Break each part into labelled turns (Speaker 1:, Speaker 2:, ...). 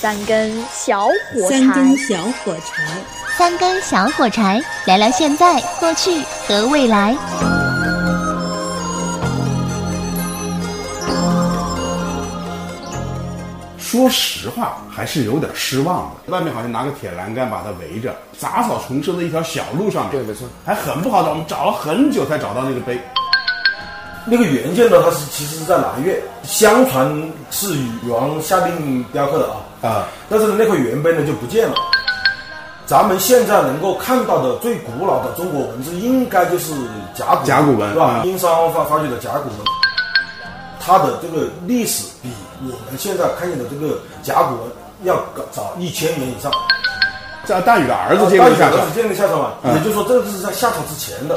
Speaker 1: 三根小火柴，
Speaker 2: 三根小火柴，
Speaker 3: 三根小火柴，聊聊现在、过去和未来。
Speaker 4: 说实话，还是有点失望的。外面好像拿个铁栏杆把它围着，杂草丛生的一条小路上面，
Speaker 5: 对没错，
Speaker 4: 还很不好找。我们找了很久才找到那个碑。
Speaker 6: 那个原件呢，它是其实是在南越，相传是禹王下令雕刻的啊。
Speaker 4: 啊
Speaker 6: 但是呢，那块原碑呢就不见了。咱们现在能够看到的最古老的中国文字，应该就是甲骨
Speaker 4: 甲骨文
Speaker 6: 是吧？
Speaker 4: 嗯
Speaker 6: 殷商发发掘的甲骨文，它的这个历史比我们现在看见的这个甲骨文要搞早一千年以上。
Speaker 4: 在大禹的儿子建立下
Speaker 6: 啊
Speaker 4: 去
Speaker 6: 大禹的儿子建立夏朝嘛，
Speaker 4: 嗯
Speaker 6: 也就是说，这个是在夏朝之前的。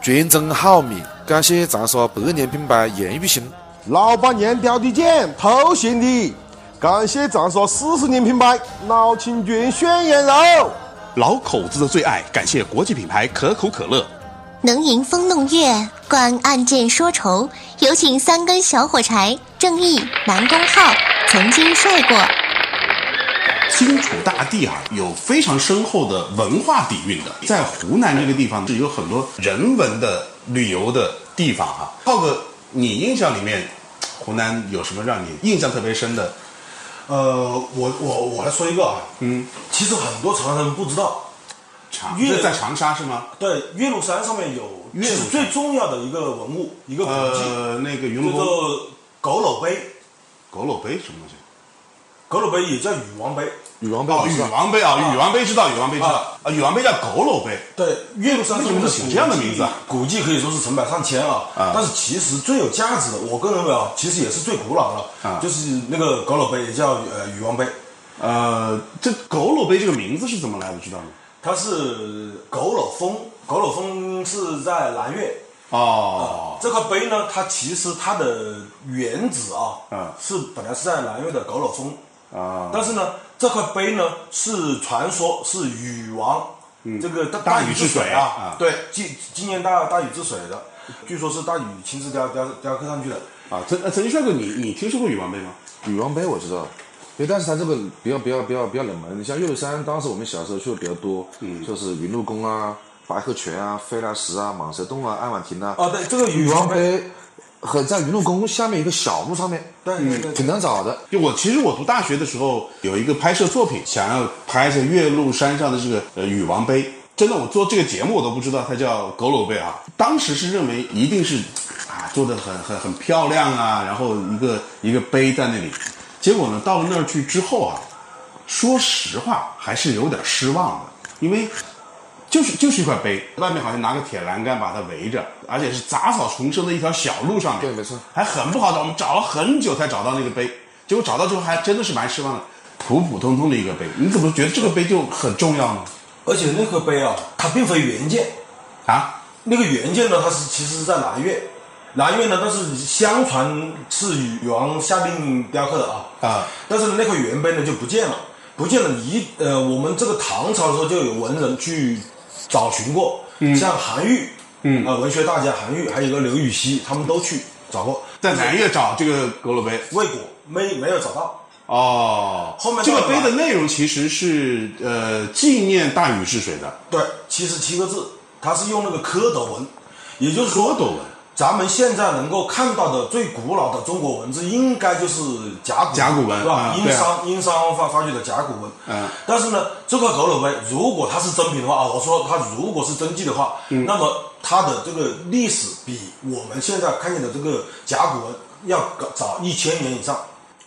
Speaker 7: 全城好米，感谢长沙百年品牌严玉兴。
Speaker 8: 老板娘挑的拣，头衔的，感谢长沙四十年品牌老清泉涮羊肉。
Speaker 9: 老口子的最爱，感谢国际品牌可口可乐。
Speaker 3: 能迎风弄月，观案件说愁。有请三根小火柴，正义南宫浩，曾经帅过。
Speaker 9: 荆楚大地啊，有非常深厚的文化底蕴的，在湖南这个地方是有很多人文的旅游的地方啊。浩哥，你印象里面，湖南有什么让你印象特别深的？
Speaker 6: 呃，我我我来说一个啊，
Speaker 9: 嗯，
Speaker 6: 其实很多长沙人不知道，
Speaker 9: 长
Speaker 6: 岳
Speaker 9: 这在长沙是吗？
Speaker 6: 对，岳麓山上面有
Speaker 9: 岳麓
Speaker 6: 其实最重要的一个文物，一个古迹，
Speaker 9: 呃，那个云
Speaker 6: 叫
Speaker 9: 龙宫
Speaker 6: 做佝偻碑。
Speaker 9: 佝偻碑什么东西？
Speaker 6: 佝偻碑也叫禹王碑。
Speaker 5: 禹王碑
Speaker 9: 哦，禹王碑啊，禹王碑知道，禹王碑知道
Speaker 6: 啊
Speaker 9: 啊，禹王碑叫佝偻碑。
Speaker 6: 对，岳麓山上面的
Speaker 9: 为什么起这样的名字啊
Speaker 6: 古迹可以说是成百上千啊。
Speaker 9: 啊
Speaker 6: 但是其实最有价值的，我个人认为啊，其实也是最古老的，
Speaker 9: 啊
Speaker 6: 就是那个佝偻碑，也叫呃禹王碑。
Speaker 9: 呃，这佝偻碑这个名字是怎么来的？知道吗？
Speaker 6: 它是佝偻峰，佝偻峰是在南岳。
Speaker 9: 哦，
Speaker 6: 这块碑呢，它其实它的原址啊，
Speaker 9: 嗯
Speaker 6: 是本来是在南岳的佝偻峰，
Speaker 9: 啊，
Speaker 6: 但是呢，这块碑呢是传说是禹王、这个大
Speaker 9: 嗯大禹
Speaker 6: 禹
Speaker 9: 治水
Speaker 6: 水
Speaker 9: 啊
Speaker 6: 对，纪纪念大大禹治水的，据说是大禹亲自雕雕雕刻上去的。
Speaker 9: 啊，曾呃曾经帅哥，你你听说过禹王碑吗？
Speaker 5: 禹王碑我知道，因为但是它这个比较比较比较比较冷门。你像岳麓山，当时我们小时候去的比较多，
Speaker 7: 嗯
Speaker 5: 就是云麓宫啊、白鹤泉啊、飞来石啊、蟒蛇洞啊、爱晚亭啊。
Speaker 7: 哦
Speaker 6: 啊，对，这个
Speaker 5: 禹
Speaker 6: 禹
Speaker 5: 王
Speaker 6: 碑，
Speaker 5: 碑很在云麓宫下面一个小墓上面，
Speaker 6: 对对
Speaker 7: 嗯
Speaker 6: 对
Speaker 5: 挺难找的。
Speaker 9: 就我其实我读大学的时候有一个拍摄作品，想要拍摄岳麓山上的这个呃禹王碑。真的，我做这个节目我都不知道它叫佝偻碑啊。当时是认为一定是啊做的很很很漂亮啊，然后一个一个碑在那里。结果呢，到了那儿去之后啊，说实话还是有点失望的，因为就是就是一块碑，外面好像拿个铁栏杆把它围着，而且是杂草丛生的一条小路上面。
Speaker 5: 对没错
Speaker 9: 还很不好找。我们找了很久才找到那个碑，结果找到之后还真的是蛮失望的，普普通通的一个碑。你怎么觉得这个碑就很重要呢？
Speaker 6: 而且那块碑啊，它并非原件，
Speaker 9: 啊，
Speaker 6: 那个原件呢，它是其实是在南岳，南岳呢，但是相传是禹王下令雕刻的啊。
Speaker 9: 啊，
Speaker 6: 但是呢那块原碑呢就不见了，不见了。一呃，我们这个唐朝的时候就有文人去找寻过，像韩愈，嗯啊、文学大家韩愈，还有一个刘禹锡，他们都去找过，
Speaker 9: 在南岳找这个佝偻碑
Speaker 6: 未果没没有找到。
Speaker 9: 哦，
Speaker 6: 后面
Speaker 9: 这个碑
Speaker 6: 那
Speaker 9: 的
Speaker 6: 个
Speaker 9: 内容其实是呃纪念大禹治水的
Speaker 6: 对，七十七个字，它是用那个蝌蚪文，也就是说
Speaker 9: 蝌蚪文。
Speaker 6: 咱们现在能够看到的最古老的中国文字，应该就是甲骨
Speaker 9: 甲骨文
Speaker 6: 是吧
Speaker 9: 啊？
Speaker 6: 殷
Speaker 9: 对啊
Speaker 6: 商殷商发发掘的甲骨文。
Speaker 9: 嗯
Speaker 6: 但是呢，这块佝偻碑如果它是真品的话啊，我说它如果是真迹的话，
Speaker 9: 嗯
Speaker 6: 那么它的这个历史比我们现在看见的这个甲骨文要搞早一千年以上。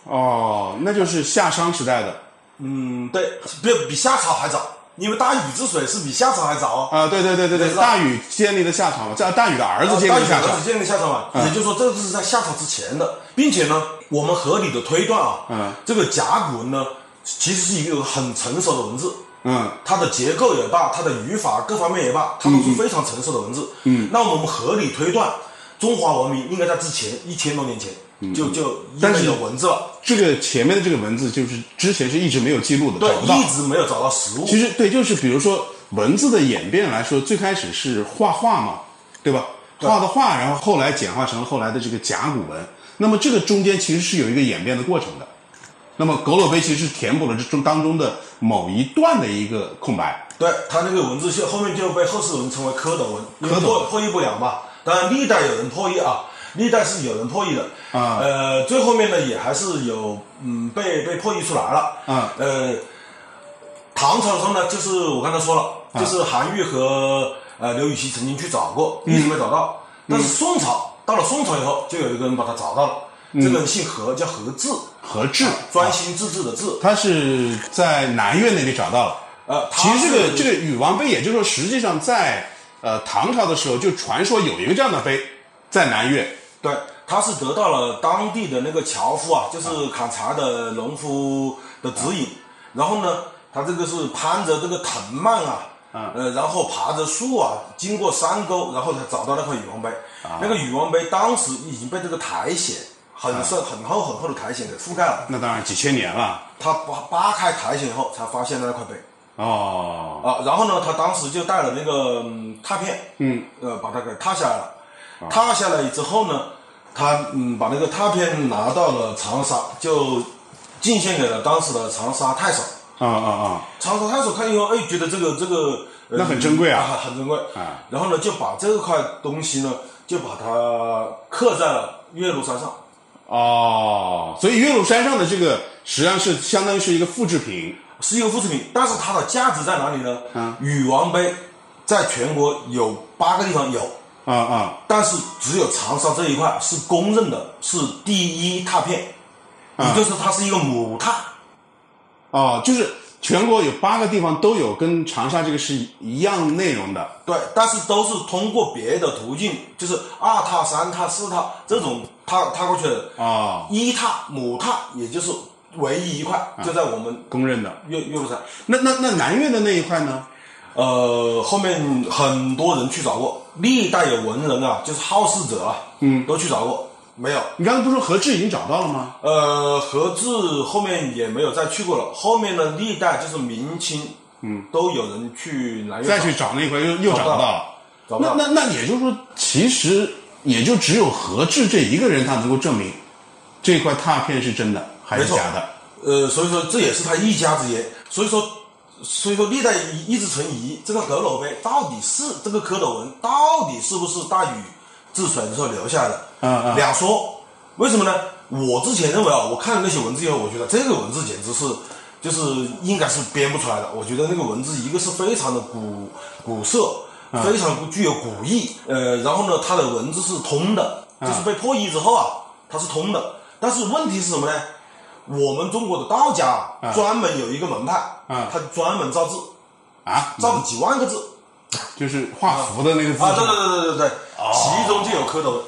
Speaker 9: 哦，那就是夏商时代的
Speaker 6: 嗯，对，比比夏朝还早，因为大禹治水是比夏朝还早哦。
Speaker 9: 啊、对对对对对，
Speaker 6: 对
Speaker 9: 大禹建立了夏朝嘛，这大禹的儿子建
Speaker 6: 啊大
Speaker 9: 立了
Speaker 6: 禹
Speaker 9: 夏朝
Speaker 6: 儿子建立夏朝嘛，啊
Speaker 9: 嗯
Speaker 6: 也就是说这是在夏朝之前的，并且呢，我们合理的推断啊，
Speaker 9: 嗯
Speaker 6: 这个甲骨文呢，其实是一个很成熟的文字，
Speaker 9: 嗯，
Speaker 6: 它的结构也罢，它的语法各方面也罢，它都
Speaker 9: 嗯
Speaker 6: 是非常成熟的文字。嗯，那我们合理推断，中华文明应该在之前一千多年前就就因
Speaker 9: 嗯但是
Speaker 6: 为有文字了，
Speaker 9: 这个前面的这个文字就是之前是一直没有记录的，
Speaker 6: 对
Speaker 9: 找，不到
Speaker 6: 一直没有找到实物。
Speaker 9: 其实对，就是比如说文字的演变来说，最开始是画画嘛，对吧？画的画，然后后来简化成了后来的这个甲骨文。那么这个中间其实是有一个演变的过程的。那么佝偻碑其实是填补了这中当中的某一段的一个空白。
Speaker 6: 对他那个文字就后面就被后世人称为蝌蚪文，因为
Speaker 9: 蝌蚪
Speaker 6: 破破译不了嘛。当然历代有人破译啊，历代是有人破译的。
Speaker 9: 啊
Speaker 6: 呃，最后面呢也还是有嗯被被破译出来了。
Speaker 9: 啊
Speaker 6: 呃，唐朝的时候呢，就是我刚才说
Speaker 9: 啊
Speaker 6: 了，就是韩愈和呃刘禹锡曾经去找过，
Speaker 9: 嗯
Speaker 6: 一直没找到。但是宋朝到了宋朝以后，就有一个人把他找到了，
Speaker 9: 嗯
Speaker 6: 这个人姓何，叫何志，啊
Speaker 9: 何志，
Speaker 6: 专心致志的志。
Speaker 9: 他是在南岳那里找到了。
Speaker 6: 呃，
Speaker 9: 其
Speaker 6: 他
Speaker 9: 实这
Speaker 6: 是
Speaker 9: 个这个禹王碑，也就是说，实际上在呃唐朝的时候，就传说有一个这样的碑在南岳。
Speaker 6: 对，他是得到了当地的那个樵夫啊，就是砍柴的农夫的指引，然后呢，他这个是攀着这个藤蔓啊，呃，然后爬着树啊，经过山沟，然后才找到那块禹王碑。那个禹王碑当时已经被这个苔藓很深、很厚、很厚的苔藓给覆盖了。
Speaker 9: 那当然几千年了
Speaker 6: 他扒扒开苔藓以后，才发现了那块碑
Speaker 9: 哦，
Speaker 6: 啊。然后呢，他当时就带了那个、嗯拓片，
Speaker 9: 嗯，啊
Speaker 6: 呃，把它给踏下来了。踏下来之后呢，他嗯把那个拓片拿到了长沙，就进献给了当时的长沙太守。
Speaker 9: 啊啊啊，
Speaker 6: 长沙太守看以后，哎，觉得这个这个、呃
Speaker 9: 那很珍贵啊
Speaker 6: 很很珍贵
Speaker 9: 啊。
Speaker 6: 然后呢，就把这块东西呢，就把它刻在了岳麓山上。
Speaker 9: 哦，所以岳麓山上的这个实际上是相当于是一个复制品。
Speaker 6: 是一个复制品，但是它的价值在哪里呢？
Speaker 9: 嗯
Speaker 6: 禹王碑在全国有八个地方有，
Speaker 9: 啊啊
Speaker 6: 但是只有长沙这一块是公认的是第一拓片，也就是它是一个母拓。
Speaker 9: 哦，就是全国有八个地方都有跟长沙这个是一样内容的。
Speaker 6: 对，但是都是通过别的途径，就是二拓、三拓、四拓这种拓拓过去的。
Speaker 9: 哦，
Speaker 6: 一拓母拓，也就是唯一一块，就在我们
Speaker 9: 公认的。
Speaker 6: 岳岳麓山。
Speaker 9: 那那那南岳的那一块呢？
Speaker 6: 呃，后面很多人去找过，历代有文人啊，就是好事者啊，嗯，都去找过，没有。
Speaker 9: 你刚才不是说何志已经找到了吗？
Speaker 6: 呃，何志后面也没有再去过了。后面的历代就是明清，嗯，都有人去南岳
Speaker 9: 再
Speaker 6: 找
Speaker 9: 去找那块又又找不
Speaker 6: 找不
Speaker 9: 到
Speaker 6: 到
Speaker 9: 了。
Speaker 6: 找不
Speaker 9: 那
Speaker 6: 到
Speaker 9: 那那也就是说，其实也就只有何志这一个人，他能够证明这块拓片是真的还是
Speaker 6: 没错
Speaker 9: 假的。
Speaker 6: 呃，所以说这也是他一家之言。所以说，所以说历代一一直存疑，这个阁楼碑到底是这个蝌蚪文到底是不是大禹治水的时候留下来的？
Speaker 9: 嗯嗯
Speaker 6: 两说，为什么呢？我之前认为啊，我看了那些文字以后，我觉得这个文字简直是。就是应该是编不出来的。我觉得那个文字，一个是非常的古古色，
Speaker 9: 嗯
Speaker 6: 非常具有古意。呃，然后呢，它的文字是通的，
Speaker 9: 嗯
Speaker 6: 就是被破译之后啊，它是通的。但是问题是什么呢？我们中国的道家啊专门有一个门派，
Speaker 9: 嗯
Speaker 6: 他专门造字，
Speaker 9: 啊，
Speaker 6: 造了几万个字
Speaker 9: 就是画符的那个字。
Speaker 6: 啊，对对对对对对，其中就有蝌蚪啊，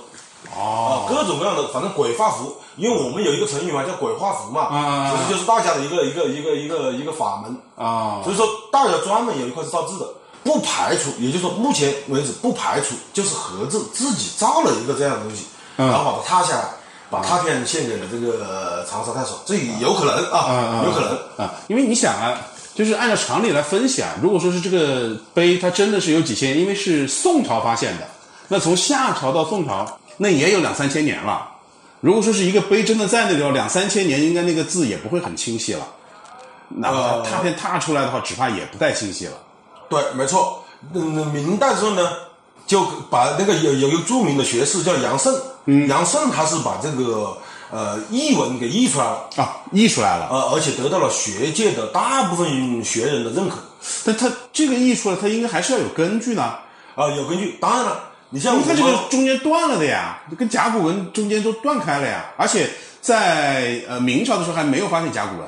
Speaker 9: 哦，
Speaker 6: 各种各样的，反正鬼画符，因为我们有一个成语嘛，叫鬼画符
Speaker 9: 嗯嗯嗯
Speaker 6: 嘛，其实就是道家的一个一个一个一个一个法门，
Speaker 9: 啊
Speaker 6: 所以说道家专门有一块是造字的，不排除，也就是说目前为止不排除就是何志自己造了一个这样的东西，
Speaker 9: 嗯
Speaker 6: 然后把它拓下来，把拓片献给了这个长沙太守，这也有可能
Speaker 9: 嗯
Speaker 6: 啊，有可能。
Speaker 9: 啊，因为你想啊，就是按照常理来分析啊，如果说是这个碑它真的是有几千年，因为是宋朝发现的，那从夏朝到宋朝那也有两三千年了。如果说是一个碑真的在那里头两三千年，应该那个字也不会很清晰了。哪怕
Speaker 6: 呃
Speaker 9: 拓片拓出来的话，只怕也不太清晰了。
Speaker 6: 对，没错。嗯，明代之后呢，就把那个有有一个著名的学士叫杨慎，嗯，杨慎他是把这个呃译文给译出来了，
Speaker 9: 啊，译出来了。
Speaker 6: 呃，而且得到了学界的大部分学人的认可，
Speaker 9: 但他这个译出来，他应该还是要有根据呢，
Speaker 6: 啊、有根据。当然了，你像
Speaker 9: 因
Speaker 6: 我
Speaker 9: 为他
Speaker 6: 们
Speaker 9: 这个中间断了的呀，跟甲骨文中间都断开了呀，而且在呃明朝的时候还没有发现甲骨文。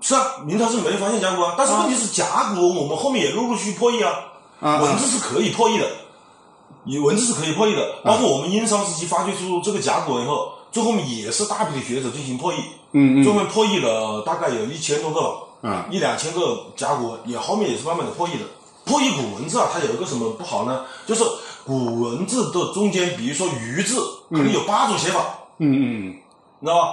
Speaker 6: 是啊，明朝是没发现甲骨文啊，但是问题是甲骨文我们后面也陆陆续续破译啊，
Speaker 9: 啊
Speaker 6: 文字是可以破译的，以文字是可以破译的，包括我们殷商时期发掘出这个甲骨文以后，最后面也是大批的学者进行破译，嗯嗯，最后面破译了大概有一千多个吧，
Speaker 9: 嗯
Speaker 6: 一两千个甲骨文，也后面也是慢慢的破译的。破译古文字啊，它有一个什么不好呢？就是古文字的中间，比如说“鱼”字，可能有八种写法，
Speaker 9: 嗯嗯嗯。
Speaker 6: 你知道吧？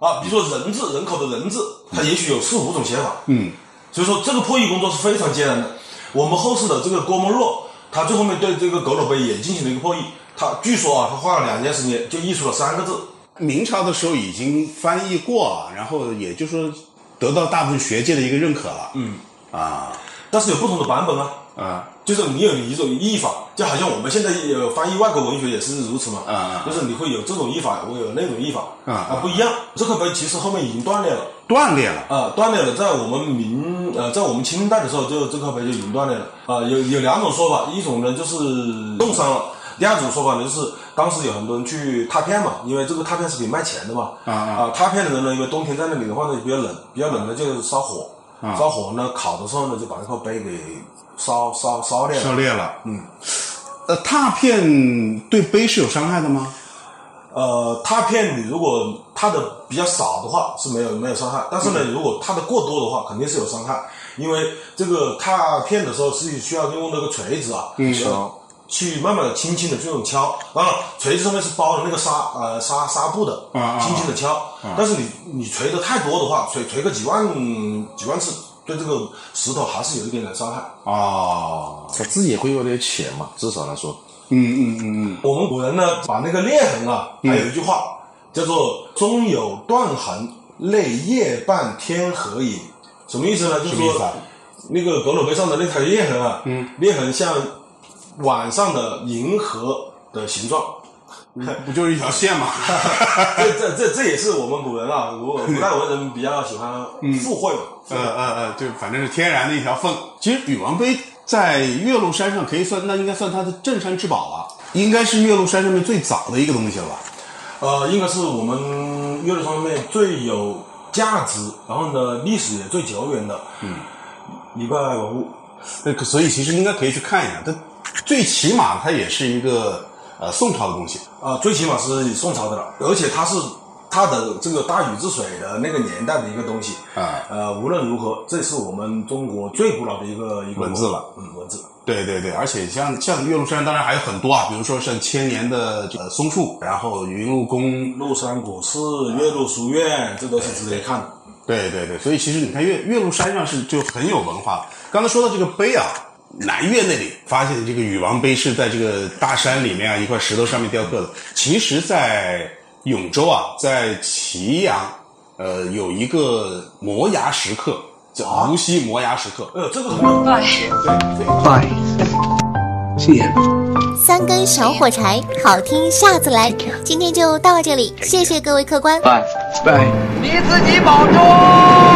Speaker 6: 啊，比如说人字，人口的人字，它也许有四五种写法。
Speaker 9: 嗯，
Speaker 6: 所以说这个破译工作是非常艰难的。我们后世的这个郭沫若，他最后面对这个狗裸碑也进行了一个破译。他据说啊，他花了两年时间就译出了三个字，
Speaker 9: 明朝的时候已经翻译过了，然后也就说得到大部分学界的一个认可了。嗯啊
Speaker 6: 但是有不同的版本啊，
Speaker 9: 啊
Speaker 6: 就是你有你一种译法，就好像我们现在呃翻译外国文学也是如此嘛，
Speaker 9: 啊啊
Speaker 6: 就是你会有这种译法，我有那种译法，
Speaker 9: 啊啊
Speaker 6: 不一样。这个碑其实后面已经断裂了，
Speaker 9: 断裂了。
Speaker 6: 啊、断裂了，在我们明呃，在我们清代的时候就，这个碑就已经断裂了。啊、有有两种说法，一种呢就是冻伤了，第二种说法呢就是当时有很多人去踏片嘛，因为这个踏片是可以卖钱的嘛。
Speaker 9: 啊啊
Speaker 6: 踏片的人呢，因为冬天在那里的话呢比较冷，比较冷呢就烧火，
Speaker 9: 啊
Speaker 6: 烧火呢烤的时候呢就把这块碑给烧烧烧裂了。
Speaker 9: 烧裂了，嗯，呃，拓片对碑是有伤害的吗？
Speaker 6: 呃，踏片你如果踏的比较少的话是没有没有伤害，但是呢，
Speaker 9: 嗯
Speaker 6: 如果踏的过多的话，肯定是有伤害，因为这个踏片的时候是需要用那个锤子啊，嗯
Speaker 5: 敲
Speaker 6: 去慢慢的、轻轻的这种敲，当然锤子上面是包的那个纱呃纱纱布的，
Speaker 9: 啊啊
Speaker 6: 轻轻的敲，但是你你锤的太多的话，锤锤个几万几万次，对这个石头还是有一点点伤害。
Speaker 9: 哦，
Speaker 5: 它嗯自己也会有点浅嘛，至少来说，
Speaker 9: 嗯嗯嗯
Speaker 6: 我们古人呢，把那个裂痕啊，还有一句话、叫做“中有断痕，内夜半天合影”，什么意思呢？就
Speaker 9: 什
Speaker 6: 是
Speaker 9: 么意
Speaker 6: 说
Speaker 9: 思啊嗯
Speaker 6: 那个阁楼碑上的那条裂痕啊，裂痕像晚上的银河的 形状。
Speaker 9: 嗯，不就是一条线吗？
Speaker 6: 这这这这也是我们古人啊，古古代文人比较喜欢附会嘛。
Speaker 9: 呃呃呃，就反正是天然的一条缝。其实禹王碑在岳麓山上可以算，那应该算它的镇山之宝了，应该是岳麓山上面最早的一个东西了吧？
Speaker 6: 呃，应该是我们乐队方面最有价值，然后呢历史也最久远的嗯一块文物。
Speaker 9: 那呃可所以其实应该可以去看一下，它最起码它也是一个呃宋朝的东西。
Speaker 6: 啊，最起码是宋朝的了，而且它是它的这个大禹治水的那个年代的一个东西
Speaker 9: 啊
Speaker 6: 呃，无论如何，这是我们中国最古老的一个一个
Speaker 9: 文字了，
Speaker 6: 嗯，文字。
Speaker 9: 对对对，而且像像岳麓山当然还有很多啊，比如说像千年的这个松树，然后云麓宫
Speaker 6: 麓山古寺、岳麓书院，这都是值得看的。
Speaker 9: 对对对，所以其实你看岳岳麓山上是就很有文化。刚才说到这个碑啊，南岳那里发现这个禹王碑是在这个大山里面啊一块石头上面雕刻的。其实，在永州啊，在祁阳，呃，有一个摩崖石刻，叫无锡摩崖石刻。
Speaker 6: 哎呦，这个很有
Speaker 3: 三根小火柴，好听下次来。今天就到这里，谢谢各位客官。
Speaker 2: 你自己保重。